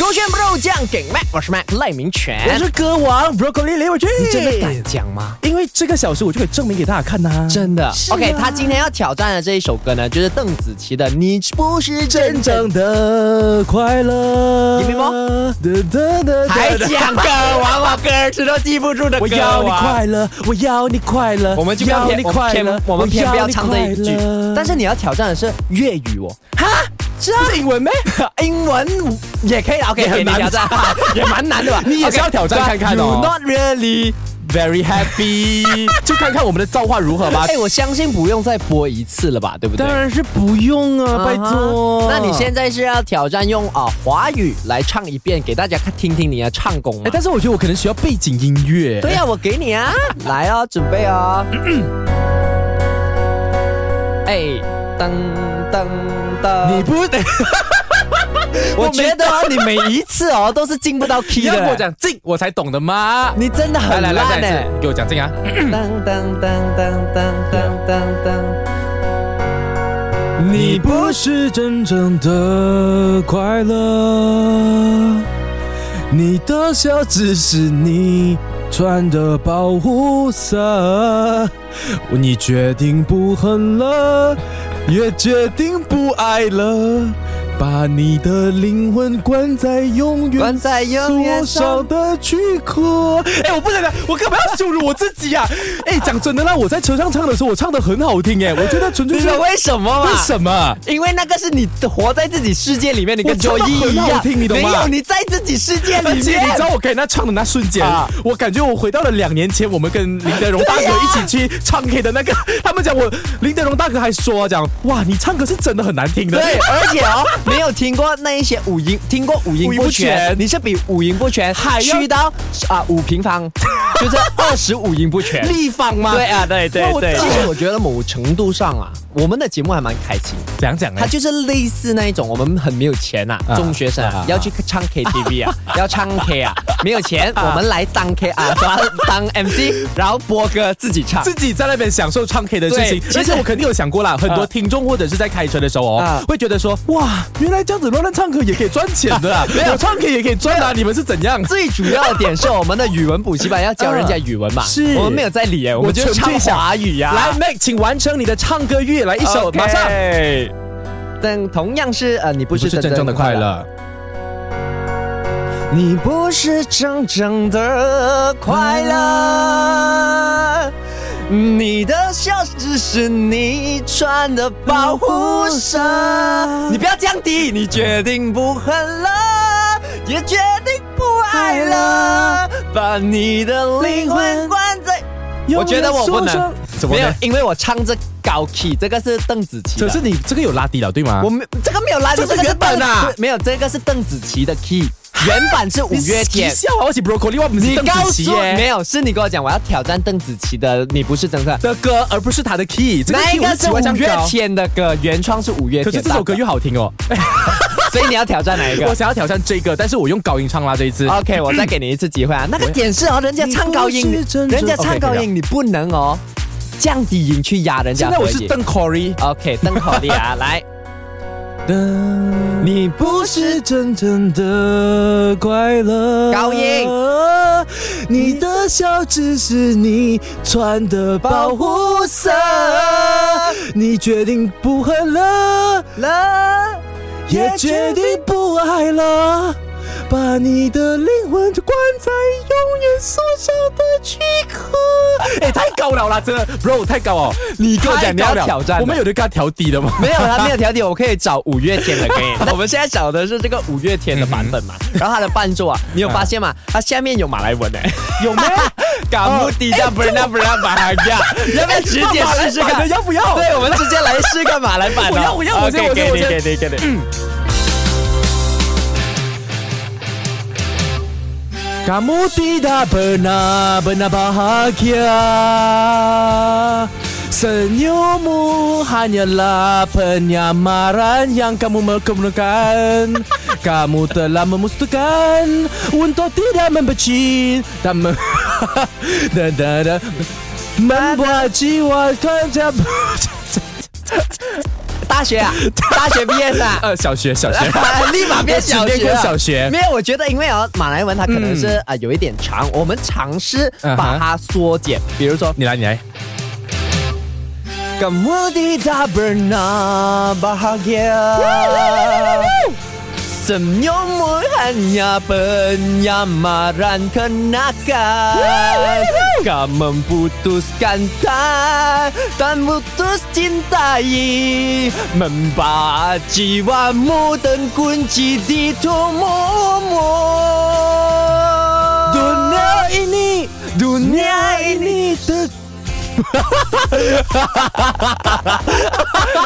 勾选 bro 酱给 Mac，我是 Mac 赖明我全。是歌王 Broccoli 雷伟俊，你真的敢讲吗？因为这个小时我就可以证明给大家看呐、真的、是啊 o k 他今天要挑战的这一首歌呢，就是邓紫棋的《你不是真正真正的快乐。你明白吗哒哒哒》，哒还哒讲歌王，我歌词都记不住的歌我要你快乐，我要你快乐，我们就不要要偏你我们快偏乐，我们偏不要唱这一我要句你快乐。但是你要挑战的是粤语哦，哈，这不是英文咩？英文也可以啊，OK，也很给你难挑战， 也蛮难的吧？你也是要挑战看看 OK，哦 but Not really。 Very happy，就看看我们的造化如何吧哎、。我相信不用再播一次了吧，对不对？当然是不用啊，拜托。那你现在是要挑战用啊华语来唱一遍，给大家看听听你的唱功吗哎，？但是我觉得我可能需要背景音 乐。对呀、我给你啊，来哦，准备哦。 哎，噔噔噔，你不， 我啊没觉得哦你每一次哦都是进不到 key 你要的。跟我，讲进，我才懂的吗？你真的来很来来，烂再来一哎次。给我讲这个啊！噔噔噔噔噔噔噔噔，你不是真正的快乐，你的笑只是你穿的保护色，你决定不恨了，也决定不爱了。把你的灵魂关在永远关在永远锁上的躯壳。哎、我不能讲，我干嘛要羞辱我自己呀、啊？哎、讲真的啦，我在车上唱的时候，我唱的很好听哎、我觉得纯粹你是知道为什么吗？为什么？因为那个是你活在自己世界里面，你跟我真的 Joey 一很好样，听你懂吗没有你在自己世界而里且面，你知道我给他唱的那瞬间啊，我感觉我回到了两年前，我们跟林德荣大哥对呀一起去唱 K 的那个，他们讲我林德荣大哥还说啊讲哇，你唱歌是真的很难听的。对，而且哦，没有听过那一些五音，听过五音五音不不全全，哎你是比五音不全还要虚到啊五平方，就是二十五音不全。立方吗？对啊对哇我其实我觉得某程度上啊，我们的节目还蛮开心，讲讲它哎，就是类似那一种，我们很没有钱呐、啊中学生、啊啊要去唱 KTV 啊，要唱 K 啊，没有钱，我们来当 K 啊，然后当 MC，然后播歌自己唱。自己在那边享受唱 K 的事对情其，实而且我肯定有想过啦，很多听众或者是在开车的时候啊哦，会觉得说哇，原来这样子乱乱唱歌也可以赚钱 的啊，我唱 K 也可以赚啊，你们是怎样？最主要的点是我们的语文补习班要教人家语文嘛，是我们没有在理耶，我们就纯唱粹想华语呀、来，Mac，请完成你的唱歌乐，来一首，马上。但同样是呃，你不不是是真正的快，乐。你不是真正的快乐。你的笑只是你穿的保护色，你不要降低，你决定不恨了，也决定不爱了，把你的灵魂关在。我觉得我不能，怎么没有呢？，因为我唱这高 key，这个是邓紫棋的。可是你这个有拉低了，对吗？我没这个没有拉这是原版啊对没有啊这个是邓紫棋的 key，原版是五月你 天。笑啊！我是 broccoli，我不是你邓告紫棋诉我没耶有，是你跟我讲我要挑战邓紫棋的，你不是真的。的歌，而不是他的 key。这那 key 一个我是喜欢五唱月高天的歌，原创是五月可天。是这首歌又好听哦。大哥，所以你要挑战哪一 我个想要挑战这个，但是我用高音唱啦这一次。 ？OK，我 再给你一次机会啊！那个点是哦，人家唱高音，你不是真正人家唱高 OK，可以音，你不能 哦，降低音去压人家现而已。在我是邓 Corey。 OK，邓口令 啊，来，你不是真正的快乐，高音。你的笑只是你穿的保护色，你决定不恨了，了，也决定不爱了，把你的灵魂关在永远缩小的躯壳。哎、太高了啦，真的，bro 太高哦！你跟我太高讲，你要了挑战了我们有的跟他调低的 吗？没有啦，没有调底，我可以找五月天的 可以。我们现在找的是这个五月天的版本嘛，然后它的伴奏啊，你有发现吗？它下面有马来文哎，有没有？ 嘎木迪加布拉布拉马来亚，要不要直接试试 看？要不要？对，我们直接来试个马来版哦。我要我要我先 OK，我先给你我先给你给你。 Kamu tidak pernah benar bahagia Senyummu hanyalah penyamaran yang kamu kemunakan Kamu telah memusnahkan untuk tidak membenci Dan, me- dan, dan, dan 漫步计划看家。 大学啊，大学毕业是 吧？啊呃，小学，小学，立马变小直接学跟了，小学没有，我觉得因为啊，马来文它可能是啊、呃有一点长，我们尝试把它缩减，比如说。你来，你来。 Kamu tidak pernah bahagia Senyummu hanya penyamaran kenakan Kau memputuskan tak Dan putus cintai Membawa jiwamu dan kunci di tubuhmu Dunia ini Dunia ini ter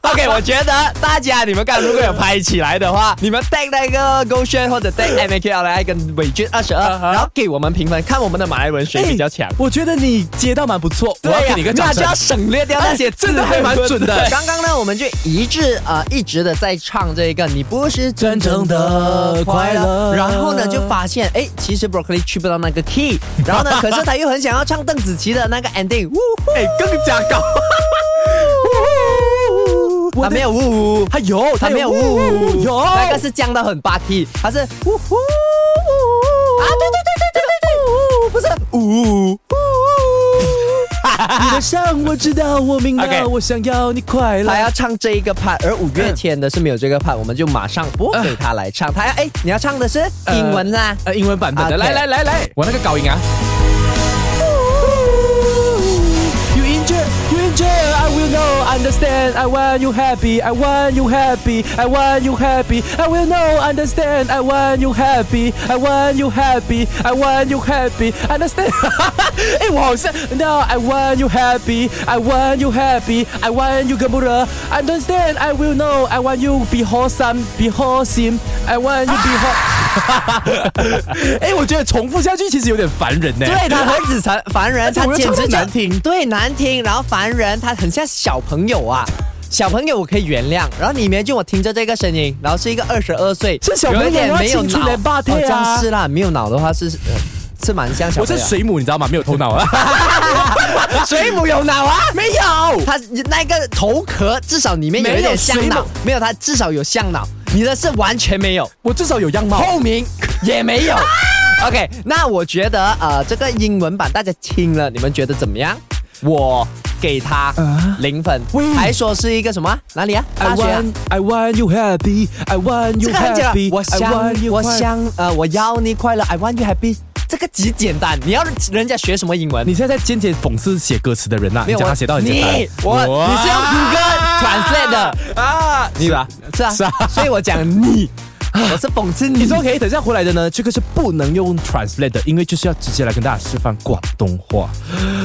OK，我觉得大家你们刚如果有拍起来的话， 啊你们 tag 那个 g o s h a n 或 者 tag MAKL 来跟伟俊二十二，啊哈然后给我们评分，看我们的马来文谁比较强。哎我觉得你接到蛮不错，我对要呀给你一个掌那就声要。 省略掉那些哎字，真的还蛮准的刚刚呢，我们就一致呃一直的在唱这个“你不是真正的快乐”，然后呢就发现哎，其实 Broccoli 去不到那个 key，然后呢，可是他又很想要唱邓紫棋的那个 ending，呜呼，哎，更加高。他没有呜呜，他有，他没有呜呜，有那个是降到很霸气，他是呜呼啊，对对对对对对对，不是呜你的伤，我知道，我明白，啊 OK 我想要你快乐他。要唱这一个 part，而五月天的是没有这个 part，我们就马上不给他来唱，他要哎，你要唱的是英文啦。呃，英文版本的，啊 OK 来来来来，我那个高音啊。You injure, you injure, I will know, understand. I want you happy, I want you happy, I want you happy. I will know, understand. I want you happy, I want you happy, I want you happy, understand. 哎，我好像 No, I want you happy, I want you happy, I want you 更不热 Understand, I will know, I want you be wholesome, be wholesome, I want you be whole. 哎，我觉得重复下去其实有点烦人呢。对他很子凡凡人，他我又简唱直得就难听对难听，然后凡人他很像小朋友啊。小朋友我可以原谅，然后你们就我听着这个声音，然后是一个二十二岁，是小朋友有点没有青脑，春的霸天啊这样是啦，没有脑的话是呃是蛮像小我朋是友。啊水母，你知道吗？没有头脑啊。 水母有脑啊？没有，他那个头壳至少里面有一没有点像水母脑，没有他至少有像脑，你的是完全没有。我至少有样貌。透明也没有。OK，那我觉得呃，这个英文版大家听了，你们觉得怎么样？我给他啊零分喂，还说是一个什么？哪里啊？ I 大学、啊？ want, I want you happy, I want 这 you 个很简单 happy,，我 I 想 want，you 我 happy 想，呃，我要你快乐，I want you happy，这个极简单。你要人家学什么英文？你现在在间接讽刺写歌词的人呐、啊你我讲他写到很简单你。我你是用谷歌 translate 的，啊？你是吧？是啊，是啊所以我讲你，我是讽刺你你。说 OK，等一下回来的呢，这个是不能用 translate 的，因为就是要直接来跟大家示范广东话。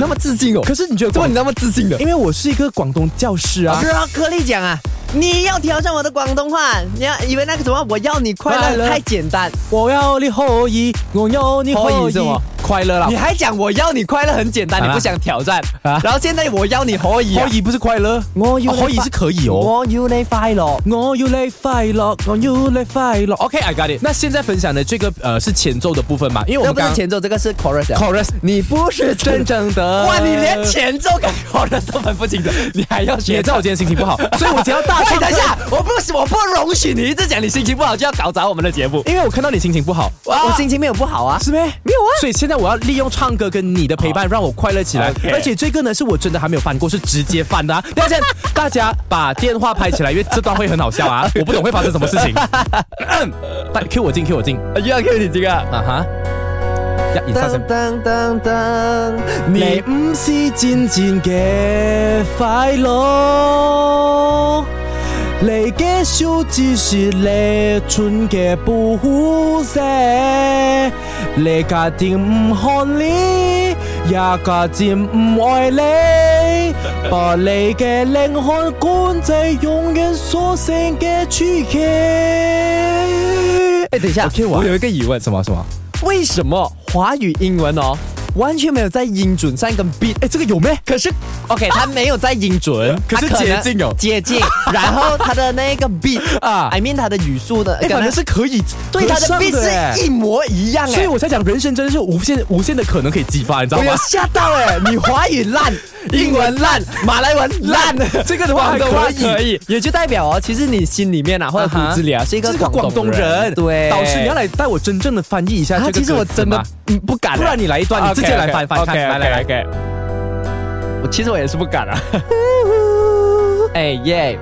那么自信哦？可是你觉得怎么广你那么自信的？因为我是一个广东教师啊我。是克力讲啊，你要挑战我的广东话，你要以为那个什么我要你快快乐乐太简单，我要你可以，我要你可可以以是吗快乐啦你。还讲我要你快乐很简单，啊你不想挑战，啊然后现在我要你可以啊可，以不是快乐，我要哦可以是可以哦。我要你快乐。我要你快乐，我要你快乐。OK，I、got it。那现在分享的这个呃是前奏的部分嘛？因为我这们不刚是前奏，这个是 chorus 啊。 chorus，你不是真真正。正的哇，你连前奏跟 chorus 都分不清楚，你还要你学也知道我今天心情不 好，所以我只要大喂，唱。等一下，，我不我不容许你一直讲你心情不好就要搞砸我们的节目。因为我看到你心情不好，我心情没有不好啊，是没？没有啊哦所以现在我要利用唱歌跟你的陪伴，让我快乐起来。 OK 而且这个呢，是我真的还没有翻过，是直接翻 的、啊。大家大家把电话拍起来，因为这段会很好笑 啊！我不懂会发生什么事情。嗯但 Q 我进，Q 我进又要哎 Q 你这个。啊哈！呀，一三三噔。噔噔噔，你唔是真正嘅快乐，你嘅手只是你存嘅不舍，你家庭唔看你，也家庭唔爱你，把你嘅灵魂灌醉永远所剩嘅躯壳。哎，等一下 OK，我有一个疑问，什么什么？为什么华语英文哦完全没有在音准上跟 beat，哎，这个有咩？可是 OK，他没有在哦音准，可是他能接近哦接近。然后他的那个 beat 啊啊，I mean 他的语速的，哎，跟反他正是可以对他的合上 beat 哎是一模一样哎，所以我才讲人生真的是无限无限的可能可以激发，你知道我有吗？吓到 哎、你华语烂，英文烂，马来文烂， 这个的话还广东话可以，也就代表哦，其实你心里面啊或者骨子里啊是一个这个广东人，对，导师你要来带我真正的翻译一下啊，这个其实歌我词真的吗嗯不敢、啊不然你来一段，你直接来翻翻看，来来来，来，我其实我也是不敢啊。 哎耶！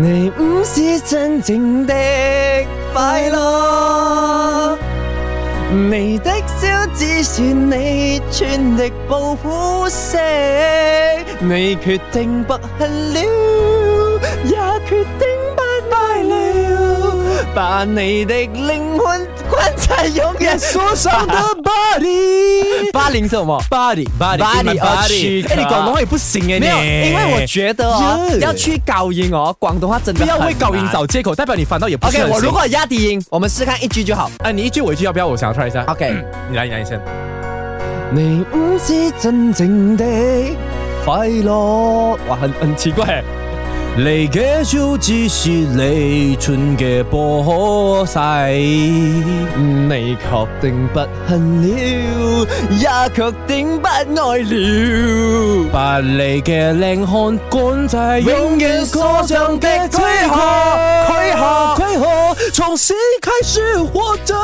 你唔是真正的快乐，你的笑只是你穿的布肤色，你决定不恨了，也决定不爱了，把你的灵魂关在永远锁上的 body。八零什么？巴黎巴黎 Body，哦躯壳哎，你广东话也不行哎，没有，你因为我觉得哦 Yeah 要去高音哦，广东话真的不要为很高音难找借口，代表你反倒也不是 OK，很我行如果压低音，我们试看一句就好。啊，你一句我一句，要不要我想 try 一下 OK 嗯你来你来先。你不是真正的快乐，哇，很很奇怪。你嘅手只是你穿嘅波鞋。你确定不恨了，也 dạ 确定不爱了。把你嘅靚汗趕在永遠所長的躯殼，軀殼躯殼，從此開始活着。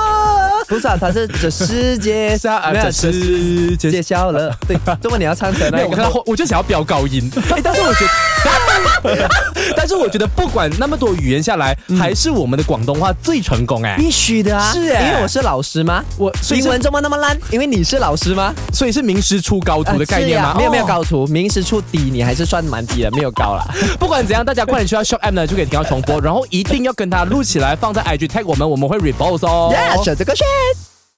不是啊，他是这世 界上啊没有这世界揭晓了。 对，中文你要唱成没那有，我个看。到我就想要飙高音，哎，但是我觉得，但是我觉得不管那么多语言下来，还是我们的广东话最成功哎，必须的啊，是因欸为我是老师吗？我所以英是文怎么那么烂？因为你是老师吗？所以是名师出高徒的概念啊是呀吗？没有没有哦高徒，名师出低，你还是算蛮低的，没有高啦。不管怎样，大家快点去到 Shop App 呢，就可以听到重播，然后一定要跟他录起来，放在 IG tag 我们，我们会 repost 哦。 Yeah，选这个选。